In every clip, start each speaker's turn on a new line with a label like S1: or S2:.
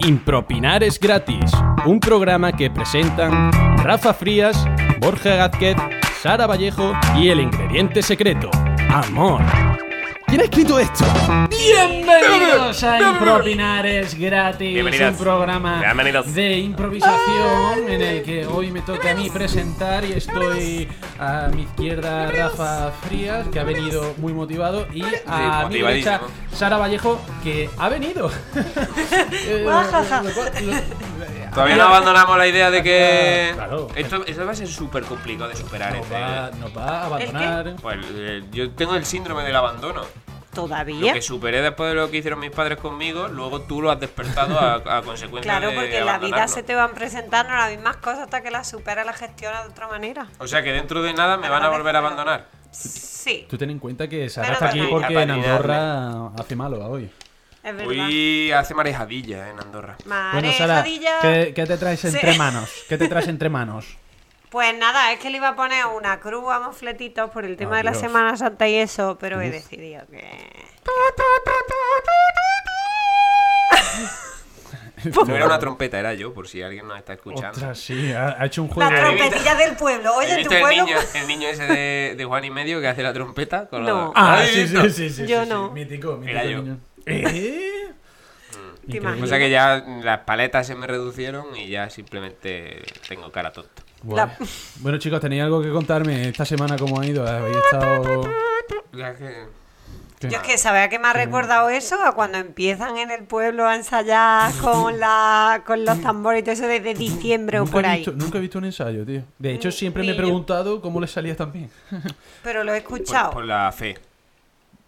S1: Impropinar es gratis, un programa que presentan Rafa Frías, Borja Gázquez, Sara Vallejo y el ingrediente secreto, amor. ¿Quién ha escrito esto?
S2: Bienvenidos a Impropinar es gratis,
S3: Bienvenidos.
S2: un programa
S3: Bienvenidos.
S2: de improvisación en el que hoy me toca a mí presentar y estoy a mi izquierda Rafa Frías, que ha venido muy motivado, y a mi derecha
S3: motivadísimo.
S2: Sara Vallejo, que ha venido. Eh,
S4: Guajaja.
S2: lo cual- lo-
S3: Todavía no abandonamos la idea de que.
S2: Claro.
S3: Esto, esto va a ser súper complicado de superar.
S2: nos
S3: este-
S2: va, nos va a abandonar.
S3: Pues eh, yo tengo el síndrome del abandono. Lo
S4: Todavía.
S3: que superé después de lo que hicieron mis padres conmigo, luego tú lo has despertado a, a consecuencia
S4: Claro,
S3: de
S4: porque en la vida
S3: abandonarlo.
S4: se te van presentando las mismas cosas hasta que las superas, las gestionas de otra manera.
S3: O sea que dentro de nada me van a volver a abandonar.
S4: Sí,
S2: Tú ten en cuenta que Sara
S4: Pero
S2: está aquí
S4: bueno,
S2: porque en
S3: para
S2: Andorra hace malo hoy.
S4: es verdad.
S3: Hoy hace marejadilla en Andorra.
S4: Mare,
S2: Bueno, Sara,
S4: jodilla.
S2: ¿qué, qué te traes entre
S4: Sí.
S2: manos? ¿Qué te traes entre manos?
S4: Pues nada, es que le iba a poner una cruz a mofletitos por el tema de la
S2: Dios.
S4: Semana Santa y eso, pero he decidido que.
S3: No era una trompeta, era yo, por si alguien nos está escuchando.
S2: Ostras, sí, ha, ha hecho un
S4: La
S2: juego.
S4: trompetilla del pueblo.
S3: ¿Has
S4: Oye, tu
S3: visto el
S4: pueblo.
S3: niño, el niño ese de, de Juan y medio que hace la trompeta? Con
S4: No.
S3: los-
S2: Ah,
S3: ¿Lo
S2: sí,
S3: habéis
S2: sí,
S3: visto?
S2: sí, sí, sí,
S4: Yo
S2: sí,
S4: no.
S2: Mítico, mítico.
S3: Era yo.
S2: niño. ¿Eh?
S4: Te
S2: Increíble.
S3: O
S4: imaginas.
S3: sea que ya las paletas se me reducieron y ya simplemente tengo cara tonta.
S2: Bueno. Bueno, chicos, ¿tenéis algo que contarme esta semana cómo ha ido? ¿Habéis estado...?
S3: Ya que-
S2: ¿Qué?
S4: Yo es que, ¿sabes a qué me ha recordado eso? A cuando empiezan en el pueblo a ensayar con, la, con los tambores y todo eso desde diciembre o
S2: Nunca
S4: por
S2: he,
S4: ahí. Mm,
S2: visto, nunca he visto un ensayo, tío. De hecho, siempre me he
S4: ni yo.
S2: preguntado cómo les salía tan bien.
S4: Pero lo he
S3: Por,
S2: Pues
S4: escuchado.
S3: por la fe.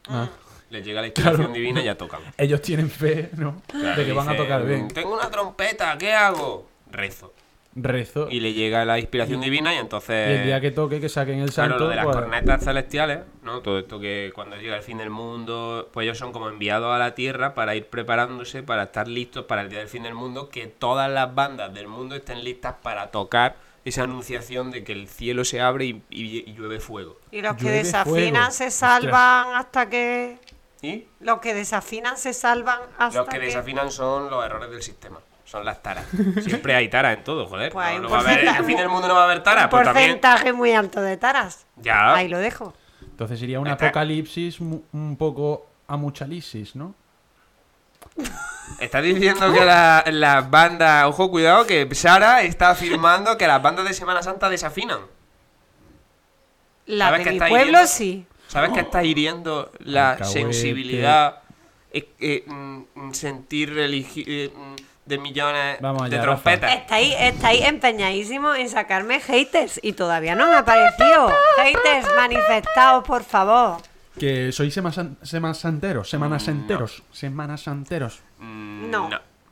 S2: Ah.
S3: Les llega la inspiración
S2: Claro.
S3: divina y ya tocan.
S2: Ellos tienen fe, ¿no?
S3: Claro,
S2: de que van a
S3: dice,
S2: tocar bien.
S3: Tengo una trompeta, ¿qué hago? Rezo.
S2: Rezo.
S3: Y le llega la inspiración divina y entonces...
S2: Y el día que toque, que saquen el
S3: Claro,
S2: santo...
S3: Eh, lo de las
S2: pues-
S3: cornetas celestiales, ¿no? Todo esto que cuando llega el fin del mundo, pues ellos son como enviados a la Tierra para ir preparándose, para estar listos para el día del fin del mundo, que todas las bandas del mundo estén listas para tocar esa anunciación de que el cielo se abre y, y- y llueve fuego.
S4: Y los que
S2: Llueve fuego.
S4: desafinan se salvan hasta que.
S3: Y
S4: Los que desafinan se salvan hasta
S3: los que desafinan son los errores del sistema. Son las taras. Siempre hay taras en todo, joder.
S4: Pues hay
S3: no,
S4: un
S3: no va a haber- en el
S4: porcentaje-
S3: fin del mundo no va a haber taras,
S4: Un
S3: pues también.
S4: porcentaje muy alto de taras.
S3: Ya.
S4: Ahí lo dejo.
S2: Entonces sería un
S3: Está-
S2: apocalipsis mu- un poco a muchalisis, ¿no?
S3: Está diciendo que la- las bandas. Ojo, cuidado, que Sara está afirmando que las bandas de Semana Santa desafinan.
S4: La
S3: ¿Sabes
S4: de
S3: que
S4: mi
S3: está
S4: pueblo
S3: hiriendo?
S4: sí.
S3: ¿Sabes que está hiriendo la
S2: Oh. Alcahuete.
S3: sensibilidad? eh, eh, mm, sentir religi- eh, mm, de millones
S2: Vamos allá,
S3: de trompetas.
S4: Estáis, estáis empeñadísimo en sacarme haters y todavía no me ha aparecido. Haters, manifestaos, por favor.
S2: Que sois semasan- semasanteros, semanas enteros, semanas enteros.
S3: Mm,
S4: No.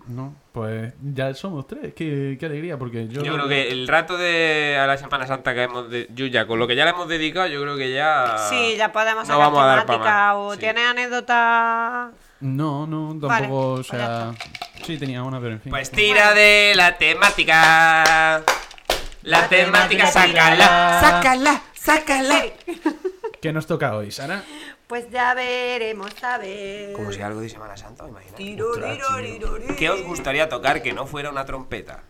S2: No, pues ya somos tres, qué, qué alegría, porque yo...
S3: Yo creo que el rato de a la Semana Santa que hemos de Yuya, con lo que ya le hemos dedicado, yo creo que ya.
S4: Sí, ya podemos
S3: Ah, no
S4: sacar
S3: vamos a dar pa'
S4: temática
S3: más.
S4: o
S3: Sí.
S4: tienes anécdota.
S2: No, no, tampoco,
S4: Vale,
S2: o
S4: pues ya
S2: sea... Sí, tenía una, pero en fin.
S3: Pues tira de la temática. La temática, sácala.
S4: Sácala, sácala.
S2: ¿Qué nos toca hoy, Sara?
S4: Pues ya veremos, a ver.
S3: Como si algo de Semana Santa, imagínate.
S4: Tiro, tiro, tiro, tiro.
S3: ¿Qué os gustaría tocar que no fuera una trompeta?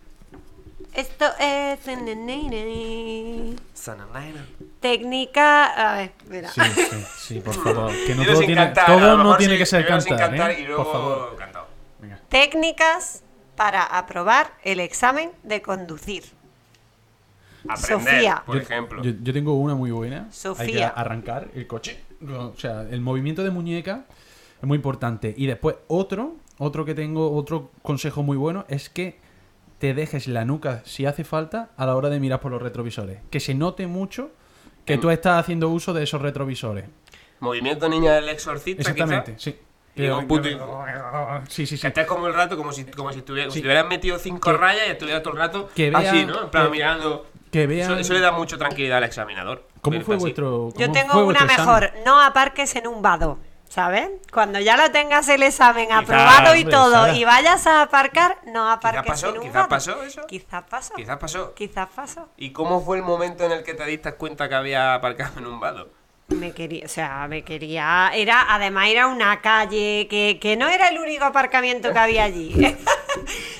S4: Esto es. en el nene.
S3: Sananaina.
S4: Técnica. A ver, mira.
S2: Sí, sí, sí, por favor. Que no
S3: Primero
S2: todo
S3: sin
S2: tiene,
S3: cantar, a
S2: todo
S3: lo
S2: no
S3: mejor
S2: tiene
S3: sí,
S2: que ser
S3: primero sin
S2: cantar, ¿eh?
S3: y luego
S2: Por favor.
S3: cantado.
S2: Venga.
S4: Técnicas para aprobar el examen de conducir.
S3: Aprender,
S4: Sofía.
S3: por
S2: yo,
S3: ejemplo.
S2: Yo, yo tengo una muy buena. Hay que
S4: Sofía.
S2: arrancar el coche. O sea, el movimiento de muñeca es muy importante. Y después otro, otro que tengo, otro consejo muy bueno es que te dejes la nuca si hace falta a la hora de mirar por los retrovisores. Que se note mucho que tú estás haciendo uso de esos retrovisores.
S3: Movimiento niña del exorcista,
S2: Exactamente,
S3: quizá.
S2: sí.
S3: Y llega un punto y-
S2: Sí, sí, sí.
S3: Que estés como el rato, como si, como si, estuviera, como
S2: Sí.
S3: si te hubieras metido cinco rayas y estuvieras todo el rato
S2: Que vea-
S3: así, ¿no? En plan,
S2: que-
S3: mirando.
S2: Que
S3: Eso,
S2: vean...
S3: eso le da mucha tranquilidad al examinador.
S2: ¿Cómo
S3: Ver
S2: fue
S3: así.
S2: vuestro
S4: Yo
S2: cómo fue
S4: tengo una
S2: vuestro examen?
S4: mejor. No aparques en un vado. ¿Sabes? Cuando ya lo tengas el examen
S3: Quizá,
S4: aprobado y
S2: hombre,
S4: todo
S2: Sara.
S4: y vayas a aparcar, no aparques
S3: pasó,
S4: en un
S3: quizá
S4: vado.
S3: pasó eso.
S4: Quizás pasó.
S3: Quizás pasó.
S4: Quizás pasó.
S3: ¿Y cómo fue el momento en el que te diste cuenta que había aparcado en un vado?
S4: Me quería, o sea, me quería. Era, además, era una calle que, que no era el único aparcamiento que había allí.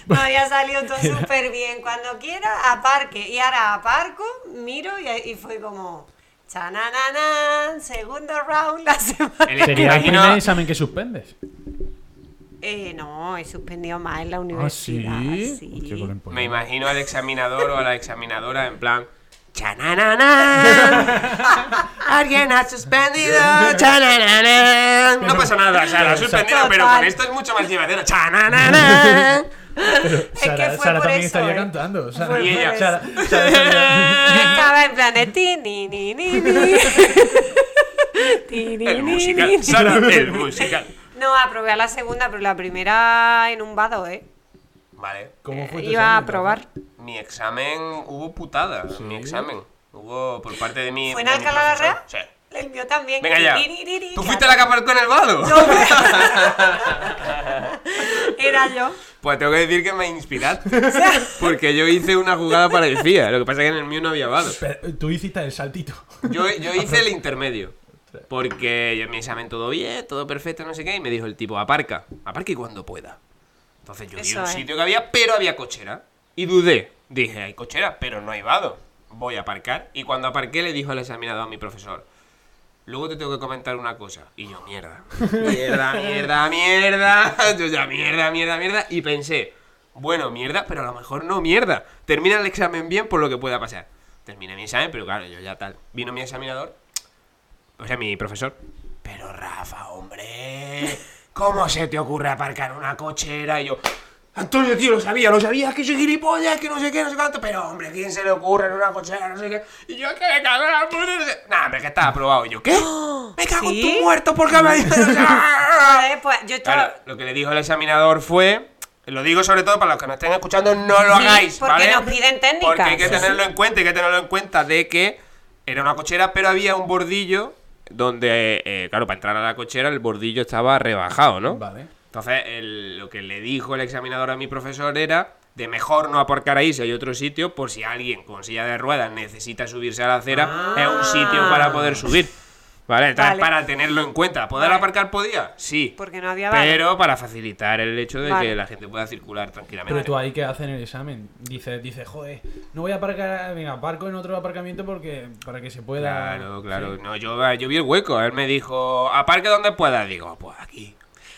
S4: No había salido todo súper bien. Cuando quiera, aparque. Y ahora aparco, miro y, y fue como. Chanananan, segundo round la semana.
S3: El-
S2: Sería el
S3: imagino-
S2: primer examen que suspendes.
S4: Eh, no, he suspendido más en la universidad. sí.
S2: Ah, Hostia, con el polvo.
S3: Me imagino al examinador o a la examinadora en plan. "Chanananan, Alguien ha suspendido. chanananan". No pasa nada, o sea, la ha suspendido,
S4: Total.
S3: pero con esto es mucho más llevadero. "Chanananan".
S4: Es
S2: Sara,
S4: que fue
S2: Sara
S4: por
S2: también
S4: eso.
S2: estaría
S4: eh.
S2: cantando. Sara,
S4: Fue
S3: Y
S4: por
S3: ella,
S4: eso.
S2: Sara, Sara estaría-
S4: Estaba en plan de ti, ni, ni, ni, ni. Ti, ni,
S3: El
S4: ni,
S3: musical,
S4: ni.
S3: Sara, el musical.
S4: No, aprobé a la segunda, pero la primera en un vado, ¿eh?
S3: Vale.
S2: ¿Cómo fue tu
S4: Iba a
S2: examen,
S4: probar.
S3: Mi examen hubo putadas. Mi examen. Hubo por parte de mi.
S4: ¿Fue en
S3: de mi
S4: Alcalá de la
S3: profesor.
S4: Real?
S3: Sí.
S4: El mío también.
S3: Venga ya.
S4: Ni, ni, ni, ni.
S3: ¿Tú fuiste la que aparcó en el vado?
S4: Era yo.
S3: Pues tengo que decir que me inspiraste. Porque yo hice una jugada parecida. Lo que pasa es que en el mío no había vado.
S2: Pero tú hiciste el saltito.
S3: Yo, yo hice el intermedio. Porque yo en mi examen todo bien, todo perfecto, no sé qué. Y me dijo el tipo, aparca. Aparque cuando pueda. Entonces yo vi
S4: Eso
S3: un
S4: es.
S3: sitio que había, pero había cochera. Y dudé. Dije, hay cochera, pero no hay vado. Voy a aparcar. Y cuando aparqué le dijo el examinador a mi profesor. Luego te tengo que comentar una cosa. Y yo, mierda. Mierda, mierda, mierda. Yo ya, mierda, mierda, mierda. Y pensé, bueno, mierda, pero a lo mejor no mierda. Termina el examen bien por lo que pueda pasar. Terminé mi examen, pero claro, yo ya tal. Vino mi examinador, o sea, mi profesor. Pero Rafa, hombre, ¿cómo se te ocurre aparcar una cochera? Y yo, Antonio, tío, lo sabía, lo sabía, es que soy gilipollas, que no sé qué, no sé cuánto. Pero, hombre, ¿quién se le ocurre en una cochera? No sé qué. Y yo, que me cago en la puta. no sé- Nah, hombre, que está aprobado. Y yo, ¿qué? Me cago en
S4: ¿sí?
S3: tu muerto porque me "Ah,
S4: Joder, pues yo estaba.
S3: Claro, lo que le dijo el examinador fue. Lo digo sobre todo para los que nos estén escuchando, no lo
S4: Sí,
S3: hagáis.
S4: porque
S3: ¿vale?
S4: nos piden técnicas.
S3: Porque hay que
S4: Sí,
S3: tenerlo en cuenta, hay que tenerlo en cuenta de que era una cochera, pero había un bordillo donde, eh, claro, para entrar a la cochera el bordillo estaba rebajado, ¿no?
S2: Vale.
S3: Entonces, el- lo que le dijo el examinador a mi profesor era de mejor no aparcar ahí si hay otro sitio, por si alguien con silla de ruedas necesita subirse a la acera, es un
S2: Ah.
S3: sitio para poder subir. Vale, entonces
S4: Vale.
S3: para tenerlo en cuenta. ¿Poder
S4: Vale.
S3: aparcar podía? Sí.
S4: Porque no había vado.
S3: Pero para facilitar el hecho de
S4: Vale.
S3: que la gente pueda circular tranquilamente.
S2: Pero tú ahí que hacen el examen. Dices, dice, joder, no voy a aparcar, venga, aparco en otro aparcamiento porque para que se pueda.
S3: Claro, claro. No, yo, eh, yo vi el hueco. Él me dijo, aparque donde pueda. Digo, pues aquí.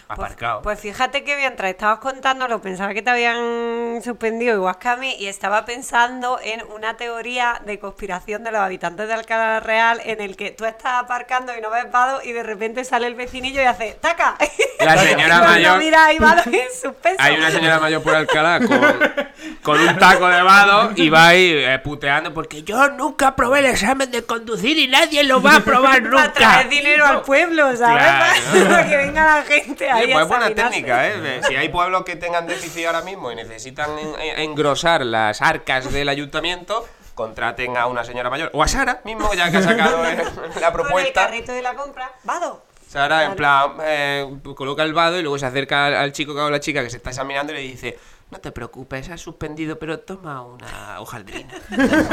S4: Pues-
S3: Aparcado.
S4: Pues, fíjate que mientras estabas contándolo pensaba que te habían suspendido igual que a mí y estaba pensando en una teoría de conspiración de los habitantes de Alcalá la Real en el que tú estás aparcando y no ves vado y de repente sale el vecinillo y hace ¡Taca!
S3: La señora
S4: Cuando
S3: mayor-
S4: pues, mira hay vado en suspenso.
S3: Hay una señora mayor por Alcalá con, con un taco de vado y va ahí eh, puteando porque yo nunca probé el examen de conducir y nadie lo va a probar
S4: Para
S3: nunca.
S4: traer dinero al pueblo, ¿sabes?
S3: Claro.
S4: Para que venga la gente ahí
S3: Oye,
S4: a
S3: pues es buena
S4: examinarse.
S3: técnica, ¿eh? De- Si hay pueblos que tengan déficit ahora mismo y necesitan en- en- engrosar las arcas del ayuntamiento, contraten a una señora mayor. O a Sara mismo, ya que ha sacado eh, la
S4: Con el
S3: propuesta.
S4: carrito de la compra. ¡Vado!
S3: Sara, en plan, eh, coloca el vado y luego se acerca al, al chico o a la chica que se está examinando y le dice: No te preocupes, has suspendido, pero toma una hojaldrina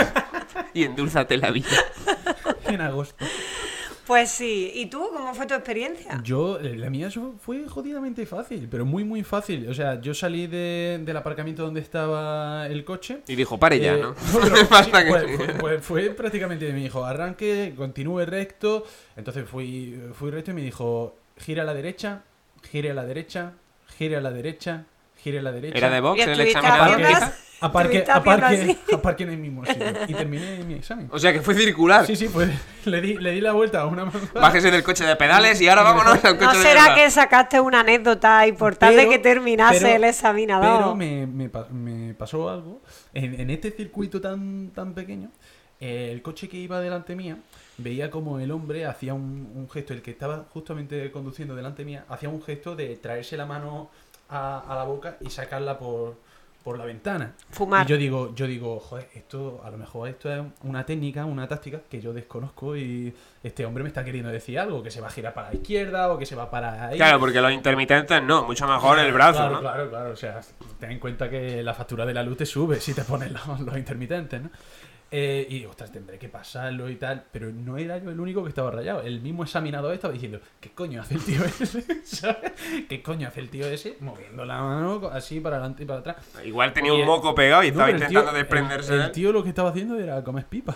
S3: y endulzate la vida.
S2: En agosto.
S4: Pues sí. ¿Y tú cómo fue tu experiencia?
S2: Yo, eh, la mía eso fue jodidamente fácil, pero muy, muy fácil. O sea, yo salí de- del aparcamiento donde estaba el coche.
S3: Y dijo: Pare ya,
S2: Eh,
S3: ¿no?
S2: pero
S3: Me falta
S2: sí,
S3: que-
S2: pues, fue, pues fue prácticamente me dijo, arranque, continúe recto. Entonces fui, fui recto y me dijo, gira a la derecha, gire a la derecha, gire a la derecha, gire a la derecha.
S3: ¿Era de
S4: ¿Y
S3: box el
S4: estuviste
S3: examinador?
S2: aparque,
S4: haciendo-
S3: quizá?
S4: Estuviste
S2: aparque,
S4: haciendo
S2: aparque,
S4: así.
S2: aparque en el mismo sitio. Y terminé mi examen.
S3: O sea que fue circular.
S2: Sí, sí, pues le di, le di la vuelta a una manzana.
S3: Bájese del coche de pedales y ahora vámonos al coche
S4: ¿No
S3: de
S4: será
S3: verdad.
S4: que sacaste una anécdota importante
S2: Pero-
S4: que terminase
S2: pero-
S4: el examinador?
S2: Pero me, me pa- me pasó algo. En, en este circuito tan, tan pequeño, eh, el coche que iba delante mía veía como el hombre hacía un, un gesto, el que estaba justamente conduciendo delante mía, hacía un gesto de traerse la mano a, a la boca y sacarla por, por la ventana.
S4: Fumar.
S2: Y yo digo, yo digo, joder, esto, a lo mejor esto es una técnica, una táctica que yo desconozco y este hombre me está queriendo decir algo, que se va a girar para la izquierda o que se va para ahí.
S3: Claro, porque los intermitentes no, mucho mejor el brazo,
S2: Claro,
S3: ¿no?
S2: claro, claro. O sea, ten en cuenta que la factura de la luz te sube si te pones los, los intermitentes, ¿no? Eh, y digo, ostras, tendré que pasarlo y tal. Pero no era yo el único que estaba rayado. El mismo examinador estaba diciendo, ¿qué coño hace el tío ese? ¿Sabes? ¿Qué coño hace el tío ese? Moviendo la mano así para adelante y para atrás.
S3: Igual tenía
S2: Oye,
S3: un moco pegado y
S2: No,
S3: estaba
S2: pero el tío-
S3: intentando desprenderse.
S2: El,
S3: de
S2: el
S3: él.
S2: tío lo que estaba haciendo era comer pipa.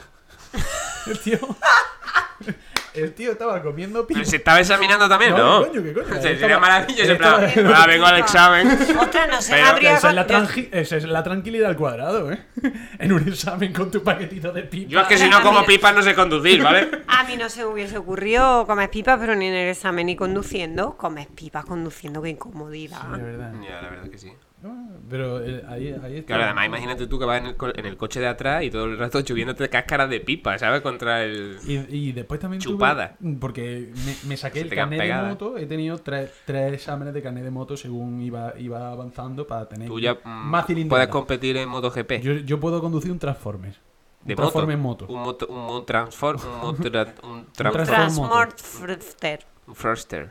S2: El tío. El tío estaba comiendo pipa.
S3: Pero se estaba examinando también,
S2: No,
S3: ¿no?
S2: ¿qué coño, qué coño?
S3: Se-
S2: Estaba-
S3: Sería maravilloso. en plan,
S2: estaba-
S3: Ahora vengo al examen.
S4: Ostras, no se me
S3: Pero-
S2: Pero
S4: habría
S2: esa, es la
S4: con- yo-
S2: tranqui- esa es la tranquilidad al cuadrado, ¿eh? En un examen con tu paquetito de pipa.
S3: Yo es que si no como pipas no sé conducir, ¿vale?
S4: A mí no se me hubiese ocurrido comer pipas, pero ni en el examen ni conduciendo. Comes pipas conduciendo, qué incomodidad.
S2: De verdad.
S3: Ya, la verdad es que sí.
S2: No, Pero eh, ahí, ahí está.
S3: Claro, además imagínate tú que vas en el, co- en el coche de atrás y todo el rato chupiéndote cáscaras de pipa, ¿sabes? Contra el...
S2: Y, y después también tuve-
S3: Chupada.
S2: porque me, me saqué
S3: Se
S2: el
S3: te quedan
S2: carnet de
S3: pegadas.
S2: moto. He tenido tres, tres exámenes de carnet de moto según iba, iba avanzando para tener
S3: Tú ya mm,
S2: más
S3: puedes
S2: cilindrada.
S3: competir en MotoGP.
S2: Yo, yo puedo conducir un Transformers.
S3: de
S2: un Transformers en moto.
S3: Un moto, un, mo- transform, un, mo- tra- un
S2: transform-
S3: transform,
S4: Transmorfter.
S3: un froster.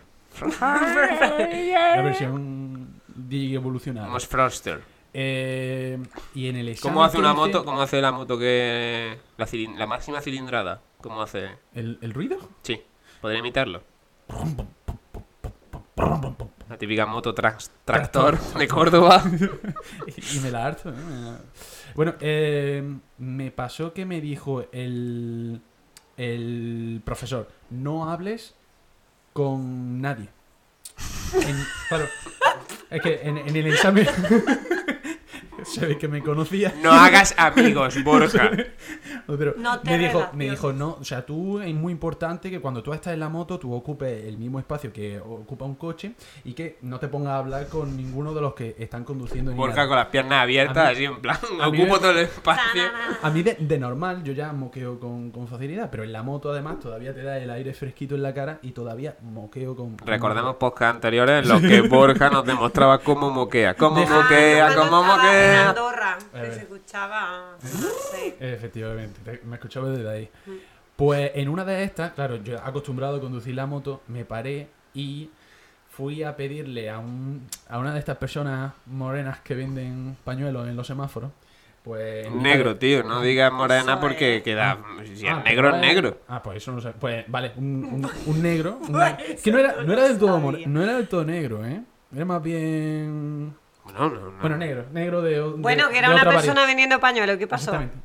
S2: La versión evolucionada.
S3: Vamos froster.
S2: Eh, y en el examen
S3: ¿Cómo hace
S2: que
S3: una
S2: hice-
S3: moto? ¿Cómo hace la moto que la, cilin- la máxima cilindrada? ¿Cómo hace?
S2: ¿El, el ruido?
S3: Sí, podría imitarlo. La típica moto trans- tractor de Córdoba.
S2: y me la harto. ¿eh? Me la- Bueno, eh, me pasó que me dijo el, el profesor, no hables con nadie. En- claro, es que en, en el examen se ve que me conocía.
S3: No hagas amigos, Borja.
S2: No, pero
S4: No te
S2: me, dijo, me
S4: relaciones.
S2: dijo, no, o sea, tú es muy importante que cuando tú estás en la moto, tú ocupes el mismo espacio que ocupa un coche y que no te pongas a hablar con ninguno de los que están conduciendo. ni nada.
S3: Borja con las piernas abiertas,
S2: A mí-
S3: así en plan,
S2: a mí
S3: ocupo
S2: me-
S3: todo el espacio.
S2: A mí de, de normal yo ya moqueo con, con facilidad, pero en la moto además todavía te da el aire fresquito en la cara y todavía moqueo con...
S3: Recordemos podcast anteriores en los que Borja nos demostraba cómo moquea, cómo
S2: Deja-
S3: moquea,
S4: cuando
S3: cómo
S4: estaba En
S3: moquea.
S4: Andorra, que
S2: ver.
S4: se escuchaba. No sé.
S2: Efectivamente, te- me escuchaba desde ahí. Pues en una de estas, claro, yo acostumbrado a conducir la moto, me paré y fui a pedirle a, un, a una de estas personas morenas que venden pañuelos en los semáforos, pues...
S3: Negro, tío, no digas morena
S4: Eso
S3: porque
S4: es.
S3: queda. Si
S2: Ah,
S3: es negro, es
S2: pues-
S3: negro.
S2: Ah, pues eso no sé. Pues vale, un, un- un negro. un
S4: Pues
S2: negro. que no era, no era del todo more- no era del todo negro, ¿eh? Era más bien.
S3: Bueno, no, no.
S2: Bueno, negro, negro de. o- de-
S4: Bueno, que era
S2: de
S4: una
S2: otra
S4: persona
S2: variedad.
S4: vendiendo pañuelo, ¿qué pasó?
S2: Exactamente.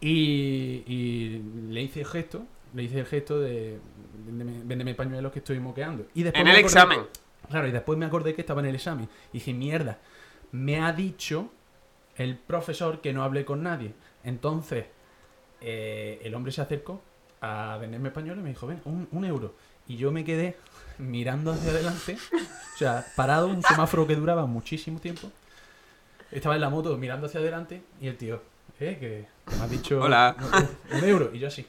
S2: Y, y le hice el gesto, le hice el gesto de. Véndeme, véndeme pañuelos que estoy moqueando. Y después
S3: En
S2: me
S3: el
S2: acordé-
S3: examen.
S2: Claro, y después me acordé que estaba en el examen. Y dije, mierda, me ha dicho el profesor que no hable con nadie. Entonces, eh, el hombre se acercó a venderme español y me dijo, ven, un, un euro. Y yo me quedé mirando hacia adelante, o sea, parado, un semáforo que duraba muchísimo tiempo. Estaba en la moto mirando hacia adelante y el tío, eh, que que me has dicho
S3: Hola.
S2: un, un euro. Y yo así,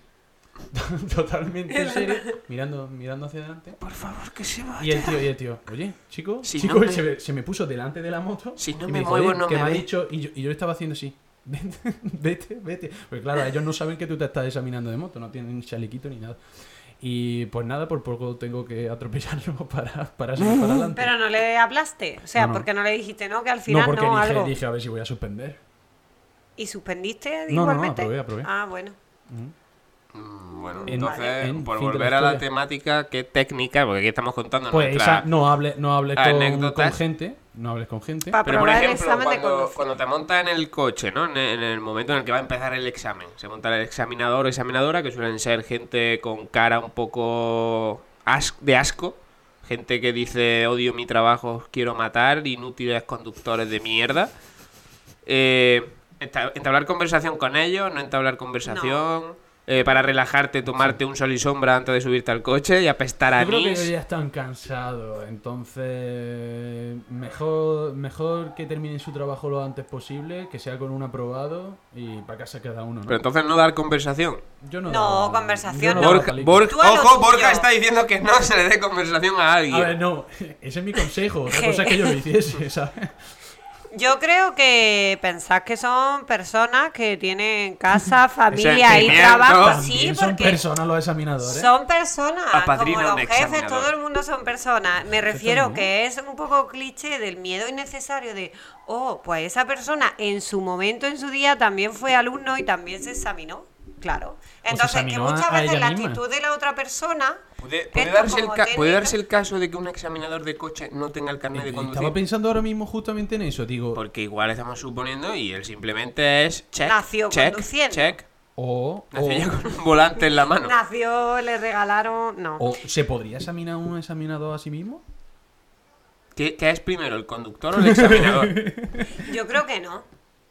S2: totalmente en serio, mirando, mirando hacia adelante.
S3: Por favor, que se
S2: Y el tío, y el tío, oye, chico,
S3: Si
S2: chico,
S3: no me-
S2: se, me, se me puso delante de la moto.
S3: Si no
S2: y
S3: me
S2: dijo,
S3: muevo,
S2: "Oye,
S3: no
S2: que
S3: me
S2: ha
S3: ve".
S2: dicho, y yo, y yo estaba haciendo así, vete, vete, vete. Porque claro, ellos no saben que tú te estás examinando de moto, no tienen chalequito ni nada. Y pues nada, por poco tengo que atropellarlo para, para salir para adelante.
S4: Pero no le hablaste, o sea,
S2: No, no.
S4: porque no le dijiste no, que al
S2: no,
S4: final no,
S2: porque dije,
S4: algo.
S2: dije, a ver si voy a suspender.
S4: ¿Y suspendiste
S2: No, no, no,
S4: igualmente?
S2: aprobé, aprobé.
S4: Ah, bueno.
S3: Mm, Bueno,
S2: En-
S3: entonces,
S2: en
S3: por
S2: fin de la
S3: volver a la
S2: historia.
S3: temática, ¿qué técnica? Porque aquí estamos contando
S2: Pues
S3: nuestra.
S2: esa, no hables, no hables
S3: Ah,
S2: con,
S3: anécdotas.
S2: con gente, no hables con gente.
S4: Para
S3: Pero por
S4: aprobar el
S3: ejemplo,
S4: examen de
S3: cuando,
S4: conducir.
S3: cuando te montas en el coche, ¿no? En el, en el momento en el que va a empezar el examen. Se monta el examinador o examinadora, que suelen ser gente con cara un poco as- de asco. Gente que dice, odio mi trabajo, os quiero matar, inútiles conductores de mierda. Eh, enta- entablar conversación con ellos, no entablar conversación. eh, para relajarte, tomarte un sol y sombra antes de subirte al coche y apestar a
S2: Yo creo que
S3: anís.
S2: ellos ya están cansados, entonces mejor, mejor que terminen su trabajo lo antes posible, que sea con un aprobado y para casa cada uno. ¿no?
S3: Pero entonces no dar conversación.
S2: Yo no,
S4: No,
S2: daba-
S4: conversación
S2: yo
S4: no.
S2: daba
S3: Borja,
S2: palico.
S3: Borja-
S4: Tú a lo
S3: ojo,
S4: tuyo.
S3: Borja está diciendo que no se le dé conversación a alguien.
S2: A ver, no, ese es mi consejo, otra cosa es que yo lo hiciese, ¿sabes?
S4: Yo creo que pensás que son personas que tienen casa, familia y
S3: Sentimientos.
S4: trabajo. Sí,
S2: También son
S4: porque
S2: personas ¿eh? los examinadores.
S4: son personas, como
S3: Apadrinan
S4: los
S3: de
S4: jefes,
S3: examinador.
S4: todo el mundo son personas. Me refiero
S2: también.
S4: que es un poco cliché del miedo innecesario de, oh, pues esa persona en su momento, en su día, también fue alumno y también se examinó. Claro.
S2: se
S4: Entonces, que
S2: examinó a-
S4: muchas
S2: a
S4: veces
S2: ella
S4: la
S2: misma.
S4: actitud de la otra persona.
S3: ¿Puede,
S4: Esto
S3: puede darse el
S4: como
S3: ca-
S4: técnica-
S3: puede darse el caso de que un examinador de coche no tenga el carnet de
S2: Estaba
S3: conducir?
S2: pensando ahora mismo justamente en eso. Digo,
S3: Porque igual estamos suponiendo y él simplemente es check,
S4: Nació
S3: check,
S4: conduciendo.
S3: check.
S2: o,
S3: Nació
S2: o-
S3: ya con un volante en la mano.
S4: Nació, le regalaron. No.
S2: o ¿se podría examinar un examinador a sí mismo?
S3: ¿Qué, qué es primero, el conductor o el examinador?
S4: Yo creo que no.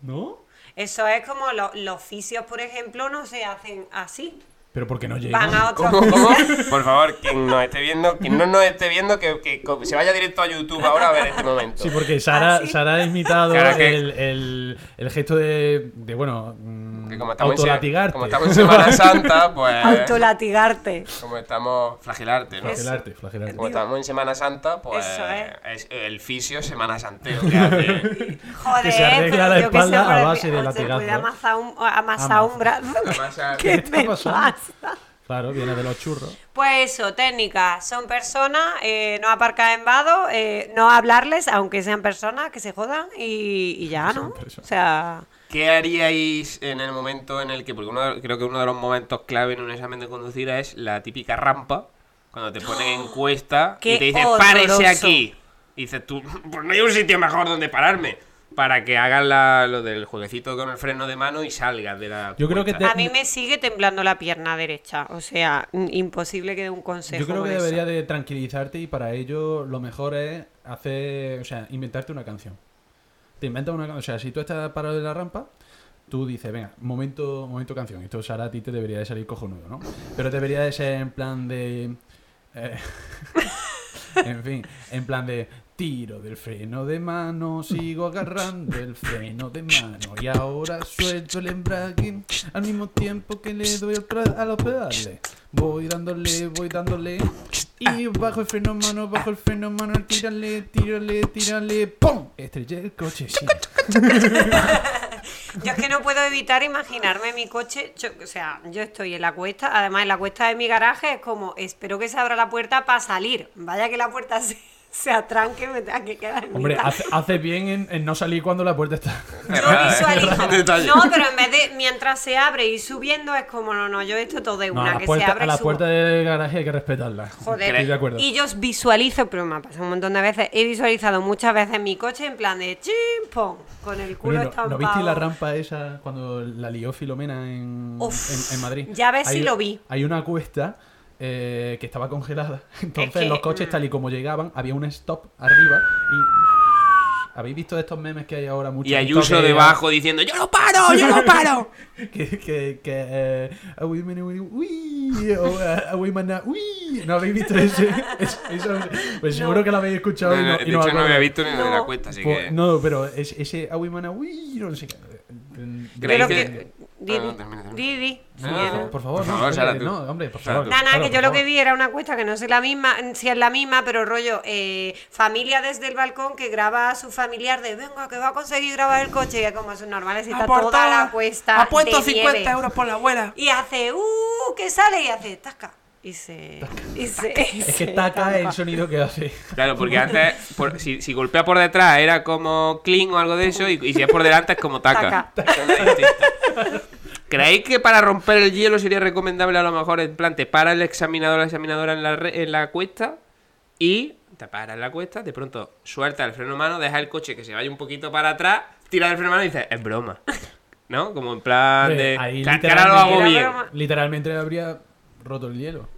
S2: ¿No?
S4: Eso es como lo- los oficios, por ejemplo, no se hacen así.
S2: Pero porque no llega.
S4: Van a otros
S3: ¿Cómo, cómo? Por favor, quien nos esté viendo, quien no nos esté viendo, que, que co- se vaya directo a YouTube ahora a ver este momento.
S2: Sí, porque Sara,
S4: Ah, sí.
S2: Sara ha imitado
S3: Claro que-
S2: el, el- el gesto de, de, bueno, mm,
S3: Que como estamos, en, se-
S2: autolatigarte.
S3: como estamos en Semana Santa, pues...
S4: Autolatigarte.
S3: Como estamos flagelarte, ¿no?
S2: Flagelarte, flagelarte.
S3: Como estamos en Semana Santa, pues
S4: Eso ¿eh?
S3: es el fisio Semana Santeo que hace
S4: Joder,
S2: Que se arregla
S4: pero
S2: la
S4: yo que sé,
S2: espalda a
S4: por el-
S2: base de
S4: o se
S2: latigazo,
S4: puede
S2: ¿eh?
S4: amasar un, amasar
S2: Amasa.
S4: un brazo.
S3: Amasa.
S4: ¿Qué,
S2: ¿Qué está
S4: te
S2: pasando?
S4: pasa?
S2: Claro, viene de los churros.
S4: Pues eso, técnicas. Son personas, eh, no aparcar en vado, eh, no hablarles, aunque sean personas, que se jodan y, y ya, ¿no? O sea,
S3: ¿Qué haríais en el momento en el que, porque uno, de- creo que uno de los momentos clave en un examen de conducir es la típica rampa, cuando te ponen encuesta
S4: ¡Qué
S3: y te dicen,
S4: horroroso!
S3: párese aquí. Y dices tú, pues no hay un sitio mejor donde pararme. Para que hagas la- lo del jueguecito con el freno de mano y salgas de la.
S2: Yo creo que
S3: encuesta.
S2: te-
S4: a mí me sigue temblando la pierna derecha. O sea, mm, imposible que dé un consejo.
S2: Yo creo que
S4: con eso.
S2: debería de tranquilizarte y para ello lo mejor es hacer, o sea, inventarte una canción. Te inventas una canción, o sea, si tú estás parado en la rampa, tú dices, venga, momento, momento canción. Esto Sara a ti te debería de salir cojonudo, ¿no? Pero debería de ser en plan de eh, en fin, en plan de tiro del freno de mano, sigo agarrando el freno de mano y ahora suelto el embrague al mismo tiempo que le doy al pra- a los pedales. Voy dándole, voy dándole y bajo el freno mano, bajo el freno mano, tírale, tírale, tírale, ¡pum! Estrellé el coche. sí.
S4: Yo es que no puedo evitar imaginarme mi coche. Yo- o sea, yo estoy en la cuesta. Además, en la cuesta de mi garaje es como, espero que se abra la puerta para salir. Vaya que la puerta se, se atranque y me tenga que quedar en
S2: Hombre,
S4: mitad.
S2: hace, hace bien en, en no salir cuando la puerta está.
S4: Yo
S3: Cerrada, ¿eh?
S4: visualizo.
S3: Un detalle.
S4: No, pero en vez de mientras se abre y subiendo es como, no, no, yo esto todo de
S2: No,
S4: una,
S2: a la,
S4: que
S2: puerta,
S4: se abre
S2: a
S4: y
S2: la
S4: subo.
S2: puerta del garaje hay que respetarla.
S4: Joder.
S2: Estoy de acuerdo.
S4: Y yo visualizo, pero me ha pasado un montón de veces, he visualizado muchas veces mi coche en plan de chimpón, con el
S2: Oye,
S4: culo
S2: ¿no- ¿no,
S4: estampado.
S2: viste la rampa esa cuando la lió Filomena en,
S4: Uf,
S2: en- en Madrid?
S4: ya ves si lo vi.
S2: Hay una cuesta eh, que estaba congelada. Entonces
S4: que,
S2: los coches,
S4: mm.
S2: tal y como llegaban, había un stop arriba y... ¿Habéis visto estos memes que hay ahora mucho?
S3: Y
S2: en
S3: Ayuso
S2: TikTok que-
S3: debajo diciendo, ¡Yo no paro! ¡Yo no paro!
S2: Que, que, que, eh, "Ah, uy, mene, uy, uy, o, ah, ah, uy, maná, uy". ¿No habéis visto ese? Es- eso- pues seguro que lo habéis escuchado
S3: No,
S2: y no,
S3: no,
S2: y
S3: de
S2: no
S3: hecho, no
S2: acordáis.
S3: había visto ni me
S4: No.
S3: la cuenta, así
S2: Pues,
S3: que.
S2: No, pero es- ese Awimana, uy, no sé qué.
S3: Creí
S4: Pero
S3: que-
S4: que...
S3: Ah,
S4: Didi,
S3: no, termina, termina.
S4: Didi.
S3: No,
S4: sí,
S3: no,
S4: eh.
S3: no.
S2: Por favor,
S3: Por
S2: no,
S3: favor,
S2: hombre,
S3: Sara, tú.
S2: no, hombre, por
S3: Sara,
S2: favor.
S3: tú.
S4: Nada,
S2: Claro,
S4: que
S2: por
S4: yo lo
S2: favor.
S4: que vi era una cuesta que no sé la misma, si es la misma, pero rollo, eh, familia desde el balcón que graba a su familiar de venga, que va a conseguir grabar el coche, y es como son normales, y está toda la cuesta. Ha puesto 50 euros por la abuela. Y hace, uh, que sale y hace, tasca. Y se. Y se.
S2: Es que taca el sonido que hace.
S3: Claro, porque antes, por- si, si golpea por detrás era como clean o algo de eso, y, y si es por delante es como taca. Son distintas. ¿Creéis que para romper el hielo sería recomendable a lo mejor, en plan, te para el examinador o la examinadora en la, re- en la cuesta y te para en la cuesta, de pronto suelta el freno mano, deja el coche que se vaya un poquito para atrás, tira del freno mano y dices, es broma. ¿No? Como en plan
S2: Hombre,
S3: de...
S2: ahí
S3: "Que- que ahora lo
S2: literalmente-
S3: hago
S4: Era
S3: bien.
S4: broma.
S2: Literalmente habría roto el hielo.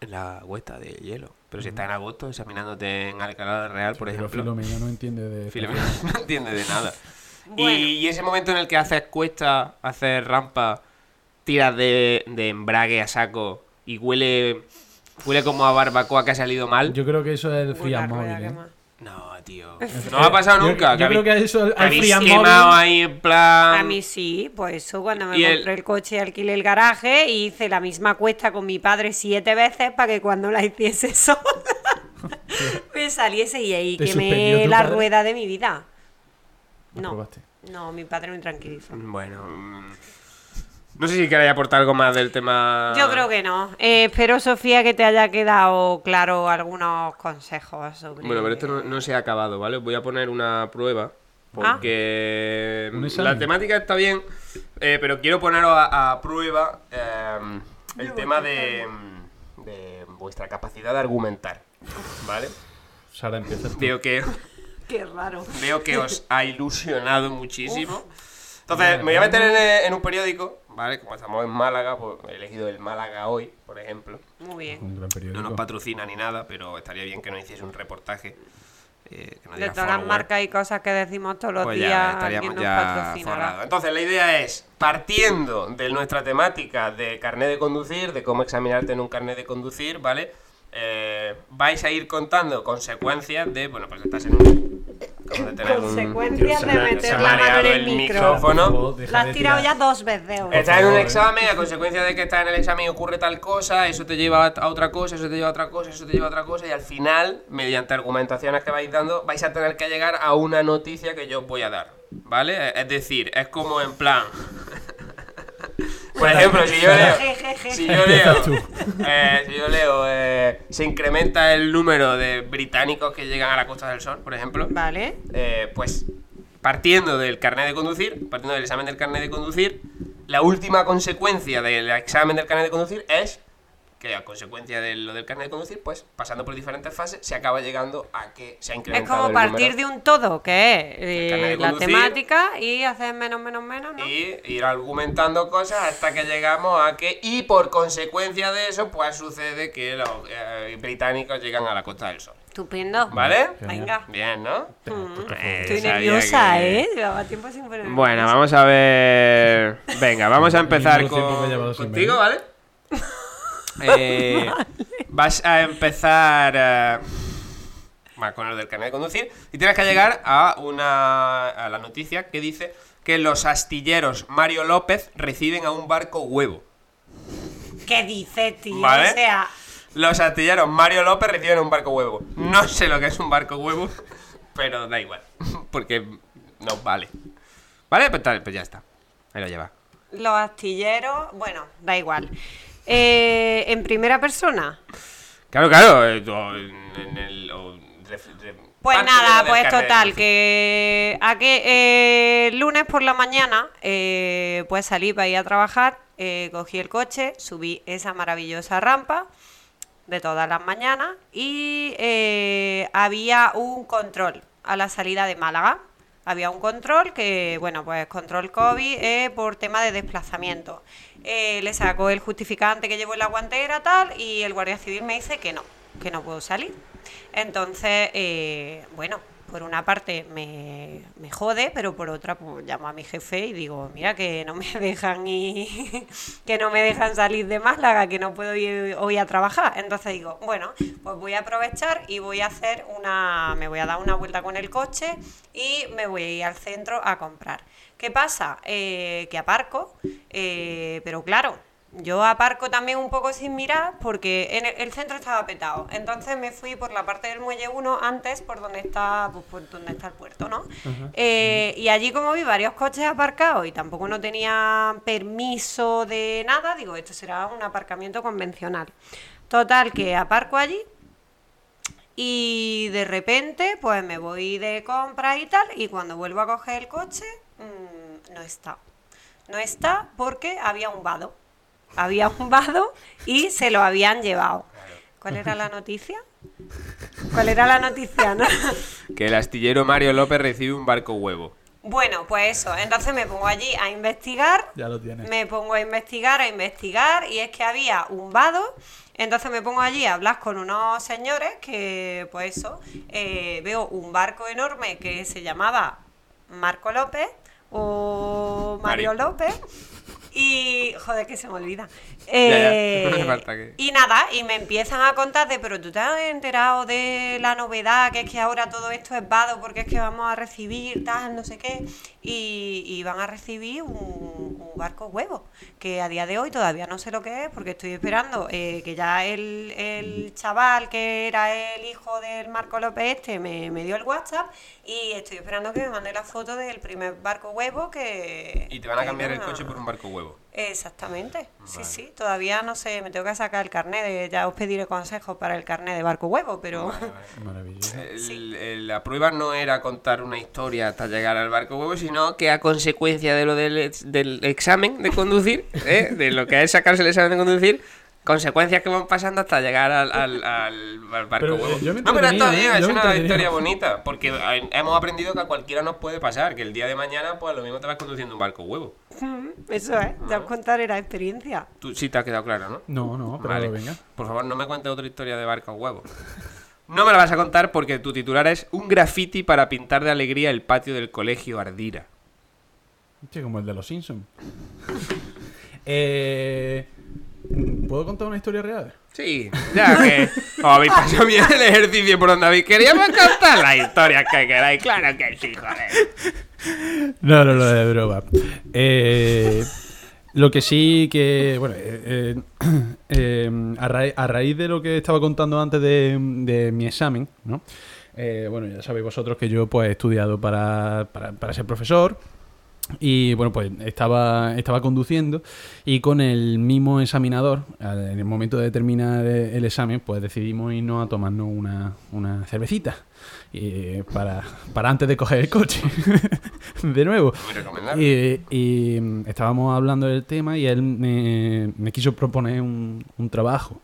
S3: En la cuesta de hielo. Pero si está en agosto examinándote en Alcalá del Real, por
S2: Pero
S3: ejemplo.
S2: Filomena no entiende de.
S3: Filomena no entiende de nada.
S4: Bueno.
S3: Y, y ese momento en el que haces cuesta, haces rampa, tiras de, de embrague a saco y huele huele como a barbacoa que ha salido mal.
S2: Yo creo que eso es el Frias
S4: Una rueda
S2: Móvil. ¿eh?
S4: que más.
S3: No, tío. No me ha pasado
S2: Yo-
S3: nunca.
S2: yo creo que eso al
S3: habéis
S2: Free and
S3: quemado
S2: Mobile-
S3: ahí en plan...
S4: A mí sí, por eso cuando me
S3: Y el-
S4: compré el coche alquilé el garaje y hice la misma cuesta con mi padre siete veces para que cuando la hiciese sola me saliese y ahí
S2: ¿Te suspendió
S4: quemé
S2: tu
S4: la
S2: padre?
S4: rueda de mi vida.
S2: Lo
S4: No,
S2: probaste.
S4: no, mi padre me tranquilizó.
S3: Bueno... mm, No sé si queréis aportar algo más del tema...
S4: Yo creo que no. Eh, espero, Sofía, que te haya quedado claro algunos consejos sobre...
S3: Bueno, pero esto no, no se ha acabado, ¿vale? Os voy a poner una prueba
S4: Ah.
S3: Porque
S2: Un examen.
S3: la temática está bien, eh, pero quiero poneros a, a prueba eh, el tema de, de vuestra capacidad de argumentar. ¿Vale?
S2: Sara, empieza tú.
S3: Veo que,
S4: Qué raro.
S3: veo que os ha ilusionado muchísimo. Entonces, me voy a meter en, eh, en un periódico, ¿vale? Como estamos en Málaga, pues he elegido el Málaga hoy, por ejemplo.
S4: Muy bien.
S2: Un gran periódico.
S3: No nos patrocina ni nada, pero estaría bien que nos hiciese un reportaje. eh, que nos
S4: De
S3: diera
S4: todas las
S3: forward.
S4: marcas y cosas que decimos todos los
S3: Pues ya
S4: días,
S3: estaríamos
S4: alguien nos
S3: ya forrados.
S4: patrocinará.
S3: Entonces, la idea es, partiendo de nuestra temática de carnet de conducir, de cómo examinarte en un carnet de conducir, ¿vale? Eh, vais a ir contando consecuencias de, bueno, pues estás en un... acabas de tener un-
S4: Consecuencias
S3: se
S4: de
S3: me ha- se
S4: meter
S3: me ha
S4: la mano en
S3: mareado
S4: el
S2: Por
S4: micro.
S3: micrófono.
S2: favor, deja
S4: La has
S2: de
S4: tirado ya
S2: tirar.
S4: dos veces, ahora.
S3: Estás en un
S2: favor, eh.
S3: examen, a consecuencia de que estás en el examen y ocurre tal cosa, eso te lleva a otra cosa, eso te lleva a otra cosa, eso te lleva a otra cosa, y al final, mediante argumentaciones que vais dando, vais a tener que llegar a una noticia que yo os voy a dar, ¿vale? Es- Es decir, es como en plan... Por ejemplo, si yo leo... Si yo leo,
S2: Empieza tú.
S3: eh, si yo leo eh, se incrementa el número de británicos que llegan a la Costa del Sol, por ejemplo,
S4: Vale.
S3: eh, pues partiendo del carnet de conducir, partiendo del examen del carnet de conducir, la última consecuencia del examen del carnet de conducir es que a consecuencia de lo del carnet de conducir, pues pasando por diferentes fases, se acaba llegando a que se ha
S4: Es
S3: incrementado
S4: como partir de un todo, que es
S3: El
S4: eh,
S3: carnet de
S4: la
S3: conducir.
S4: temática y hacer menos, menos, menos, ¿no?
S3: y ir argumentando cosas hasta que llegamos a que y por consecuencia de eso pues sucede que los eh, británicos llegan a la Costa del Sol,
S4: Estupendo.
S3: ¿vale?
S4: Venga.
S3: Bien, ¿no? Eh,
S4: Mm. Estoy
S3: sabía
S4: nerviosa,
S3: que-
S4: ¿eh? Llevaba tiempo sin ponerme
S3: Bueno,
S4: nerviosa.
S3: vamos a ver. Venga, vamos a empezar
S2: Mismo tiempo que he
S3: con...
S2: llevado sin
S3: contigo,
S2: venir.
S3: ¿vale? Eh, Vas a empezar eh, va, con lo del canal de conducir y tienes que llegar a una a la noticia que dice que los astilleros Mario López reciben a un barco huevo.
S4: ¿Qué dices, tío?
S3: Vale.
S4: O sea,
S3: Los astilleros Mario López reciben a un barco huevo. No sé lo que es un barco huevo, pero da igual, porque no vale. Vale, pues, tal, pues ya está. Ahí lo lleva.
S4: los astilleros, bueno, da igual. Eh, en primera persona.
S3: Claro, claro. eh, o en- en el- o ref- re-
S4: Pues
S3: parte
S4: nada,
S3: del
S4: pues
S3: carnet,
S4: total,
S3: en fin.
S4: que a que eh, lunes por la mañana eh, pues salí para ir a trabajar, eh, cogí el coche, subí esa maravillosa rampa de todas las mañanas y eh, había un control a la salida de Málaga. Había un control que, bueno, pues control COVID eh, por tema de desplazamiento. Eh, le sacó el justificante que llevo en la guantera, tal, y el Guardia Civil me dice que no, que no puedo salir. Entonces, eh, bueno, por una parte me, me jode, pero por otra pues, llamo a mi jefe y digo, mira que no me dejan y que no me dejan salir de Málaga, que no puedo ir hoy a trabajar. Entonces digo, bueno, pues voy a aprovechar y voy a hacer una, me voy a dar una vuelta con el coche y me voy a ir al centro a comprar. ¿Qué pasa? Eh, que aparco, eh, pero claro, yo aparco también un poco sin mirar porque en el, el centro estaba petado. Entonces me fui por la parte del muelle 1 antes, por donde está, pues, por donde está el puerto, ¿no? Eh, y allí como vi varios coches aparcados y tampoco no tenía permiso de nada, digo, esto será un aparcamiento convencional. Total, que aparco allí y de repente, pues me voy de compra y tal, y cuando vuelvo a coger el coche, mm, no está. No está porque había un vado. Había un vado y se lo habían llevado. ¿Cuál era la noticia? ¿Cuál era la noticia? no?
S3: Que el astillero Mario López recibe un barco huevo.
S4: Bueno, pues eso. Entonces me pongo allí a investigar
S2: Ya lo tienes.
S4: me pongo a investigar, a investigar, y es que había un vado. Entonces me pongo allí a hablar con unos señores que, pues eso, eh, veo un barco enorme que se llamaba Marco López o Mario
S3: Mari.
S4: López. Y, joder, que se me olvida.
S3: ya.
S4: Eh,
S3: No hace falta que-
S4: y nada, y me empiezan a contar de, pero tú te has enterado de la novedad, que es que ahora todo esto es vado, porque es que vamos a recibir tal, no sé qué, y, y van a recibir un, un barco huevo, que a día de hoy todavía no sé lo que es, porque estoy esperando eh, que ya el, el chaval que era el hijo del Marco López este me, me dio el WhatsApp, y estoy esperando que me mande la foto del primer barco huevo que...
S3: Y te van a
S4: que
S3: cambiar el
S4: iban a-
S3: coche por un barco huevo.
S4: Exactamente. Sí,
S3: Vale.
S4: sí. Todavía no sé, me tengo que sacar el carnet. de- ya os pediré consejos para el carnet de barco huevo, pero.
S2: Maravilloso.
S3: El- el- la prueba no era contar una historia hasta llegar al barco huevo, sino que a consecuencia de lo del, ex- del examen de conducir, ¿eh? de lo que es sacarse el examen de conducir, consecuencias que van pasando hasta llegar al, al- al- al barco
S2: Pero, eh,
S3: huevo.
S2: yo me
S3: no, pero está
S2: entretenía,
S3: bien,
S2: ¿eh?
S3: es
S2: Yo me
S3: una
S2: entretenía.
S3: historia bonita, porque eh, hemos aprendido que a cualquiera nos puede pasar, que el día de mañana, pues lo mismo te vas conduciendo un barco huevo.
S4: Eso es, ya os contaré la experiencia.
S3: Tú sí te ha quedado claro, ¿no?
S2: No, no, pero
S3: Vale.
S2: venga.
S3: Por favor, no me cuentes otra historia de barco a huevo. No me la vas a contar porque tu titular es Un graffiti para pintar de alegría el patio del colegio Ardira.
S2: Che, como el de los Simpsons. eh, ¿Puedo contar una historia real?
S3: Sí, ya que os habéis pasado bien el ejercicio por donde habéis querido, me contar las historias que queráis. Claro que sí, joder.
S2: No, no, no, de broma. Eh, lo que sí que, bueno, eh, eh, eh, a, raíz- a raíz de lo que estaba contando antes de, de mi examen, ¿no? Eh, bueno, ya sabéis vosotros que yo pues he estudiado para, para- para ser profesor y bueno, pues estaba, estaba conduciendo y con el mismo examinador, al- en el momento de terminar el examen, pues decidimos irnos a tomarnos una, una cervecita eh, para, para antes de coger el coche de nuevo.
S3: Muy recomendable.
S2: Y, y, mm, estábamos hablando del tema y él me, me quiso proponer un, un trabajo.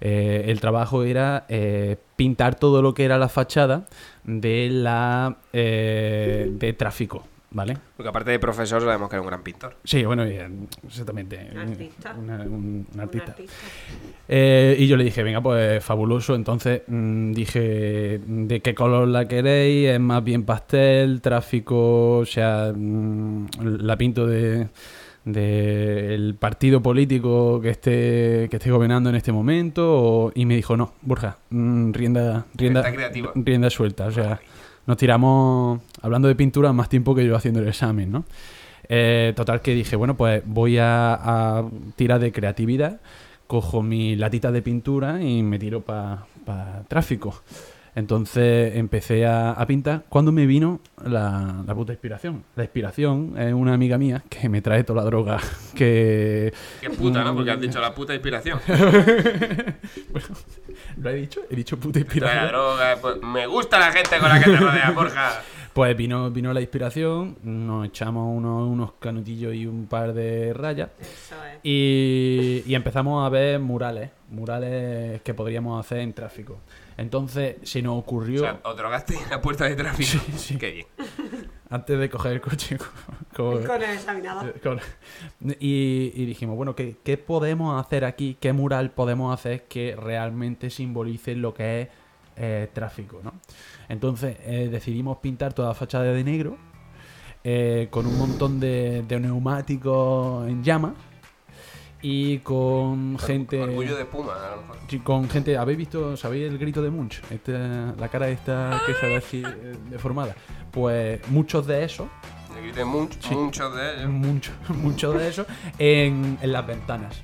S2: Eh, el trabajo era eh, pintar todo lo que era la fachada de la eh, de tráfico, ¿vale?
S3: Porque aparte de profesor, sabemos que era un gran pintor.
S2: Sí, bueno, y, eh, exactamente.
S4: Artista.
S2: Una- un- un
S4: Un
S2: artista.
S4: artista.
S2: Eh, y yo le dije, venga, pues fabuloso. Entonces mm, dije, ¿de qué color la queréis? ¿Es más bien pastel, tráfico? O sea, mm, la pinto de del partido político que esté que esté gobernando en este momento o- y me dijo no Borja mm, rienda rienda
S3: Rienda creativa.
S2: rienda suelta o sea nos tiramos hablando de pintura más tiempo que yo haciendo el examen no eh, total que dije, bueno, pues voy a, a tirar de creatividad, cojo mi latita de pintura y me tiro para tráfico. Entonces empecé a, a pintar. Cuando me vino la, la puta inspiración? La inspiración es una amiga mía que me trae toda la droga que...
S3: Qué puta, ¿no? Porque has dicho la puta inspiración.
S2: ¿Lo he dicho? He dicho puta
S3: Trae la
S2: inspiración.
S3: droga, pues, me gusta la gente con la que te rodea, Borja.
S2: Pues vino, vino la inspiración, nos echamos unos, unos canutillos y un par de rayas.
S4: Eso es.
S2: Y, y empezamos a ver murales, murales que podríamos hacer en tráfico. Entonces se nos
S3: O
S2: ocurrió,
S3: sea, os drogaste en la puerta de tráfico.
S2: Sí, sí.
S3: Qué bien.
S2: antes de coger el coche, con-
S4: Con el examinador.
S2: con- y, y dijimos, bueno, ¿qué, qué podemos hacer aquí? ¿Qué mural podemos hacer que realmente simbolice lo que es eh, tráfico? ¿no? Entonces eh, decidimos pintar toda la fachada de negro, eh, con un montón de, de neumáticos en llamas y con gente...
S3: Orgullo de Puma, a lo mejor.
S2: Sí, Con gente, ¿habéis visto, sabéis el grito de Munch? Este, la cara esta que se ve así eh, deformada. Pues muchos de esos,
S3: Le grité mucho,
S2: Sí.
S3: muchos de ellos.
S2: muchos, muchos de esos, en, en las ventanas.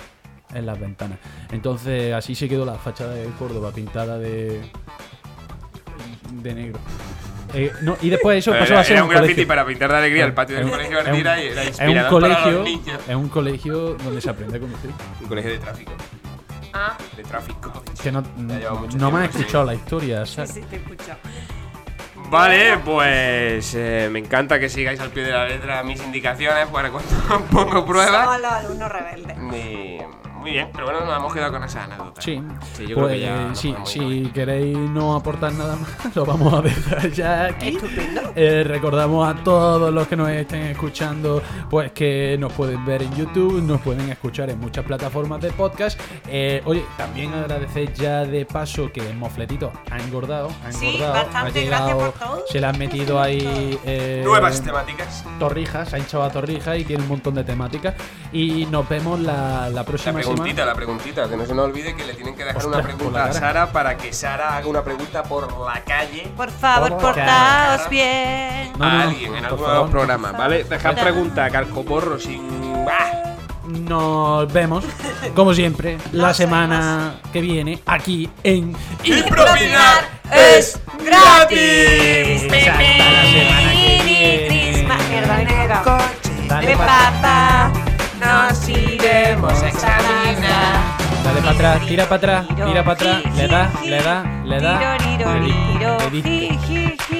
S2: En las ventanas. Entonces, así se quedó la fachada de Córdoba pintada de. de negro. Eh, no, y después eso pasó
S3: Era,
S2: a ser
S3: era un
S2: un
S3: graffiti
S2: colegio.
S3: para pintar de alegría el patio del
S2: Es-
S3: colegio
S2: es un-
S3: Ardira y era
S2: Es un
S3: inspirador para
S2: colegio,
S3: los niños.
S2: es un colegio donde se aprende a conducir.
S3: Un colegio de tráfico. Ah. De tráfico.
S2: Que no,
S3: lleva mucho
S2: no me has
S3: tiempo, sí.
S2: escuchado la historia,
S4: Sí,
S2: ¿sabes?
S4: sí, te escucho.
S3: Vale, pues eh, me encanta que sigáis al pie de la letra mis indicaciones para cuando pongo pruebas.
S4: Somos los alumnos rebeldes.
S3: Y, muy bien, pero bueno, nos hemos quedado con esa anécdota.
S2: Sí,
S3: Sí, yo creo
S2: pues,
S3: que ya nos
S2: sí,
S3: podemos ir.
S2: si queréis no aportar nada más, lo vamos a dejar ya aquí. Eh, recordamos a todos los que nos estén escuchando, pues que nos pueden ver en YouTube, nos pueden escuchar en muchas plataformas de podcast. Eh, oye, también agradecer ya de paso que el mofletito ha engordado, ha
S4: Sí,
S2: engordado,
S4: bastante,
S2: ha llegado,
S4: gracias por todo.
S2: se le han metido ahí eh,
S3: Nuevas temáticas.
S2: torrijas, se ha hinchado a torrijas y tiene un montón de temáticas. Y nos vemos la, la
S3: La
S2: próxima semana.
S3: preguntita, la preguntita, que no se nos olvide que le tienen que dejar
S2: Ostras,
S3: una
S2: por
S3: pregunta
S2: la
S3: a
S2: cara.
S3: Sara para que Sara haga una pregunta por la calle
S4: Por favor,
S2: Vamos.
S4: portaos bien.
S2: No,
S3: a
S2: no, no,
S3: alguien en
S2: por
S3: alguno de
S2: favor.
S3: los programas, ¿vale? Dejad preguntas, carcoporro, sin. ¡Ah! ¡Bah!
S2: Nos vemos, como siempre, la semana que viene aquí en
S3: Improvisar
S4: es
S3: gratis.
S2: Hasta la semana que viene.
S4: Mini Crisma. Mierda, venga.
S2: Dale
S4: De
S2: pa-
S4: papá. No nos iremos a examinar.
S2: Dale para atrás, tira para atrás, tira para atrás, le da, le da, le da, le diste, le diste.
S4: Ji, ji, ji,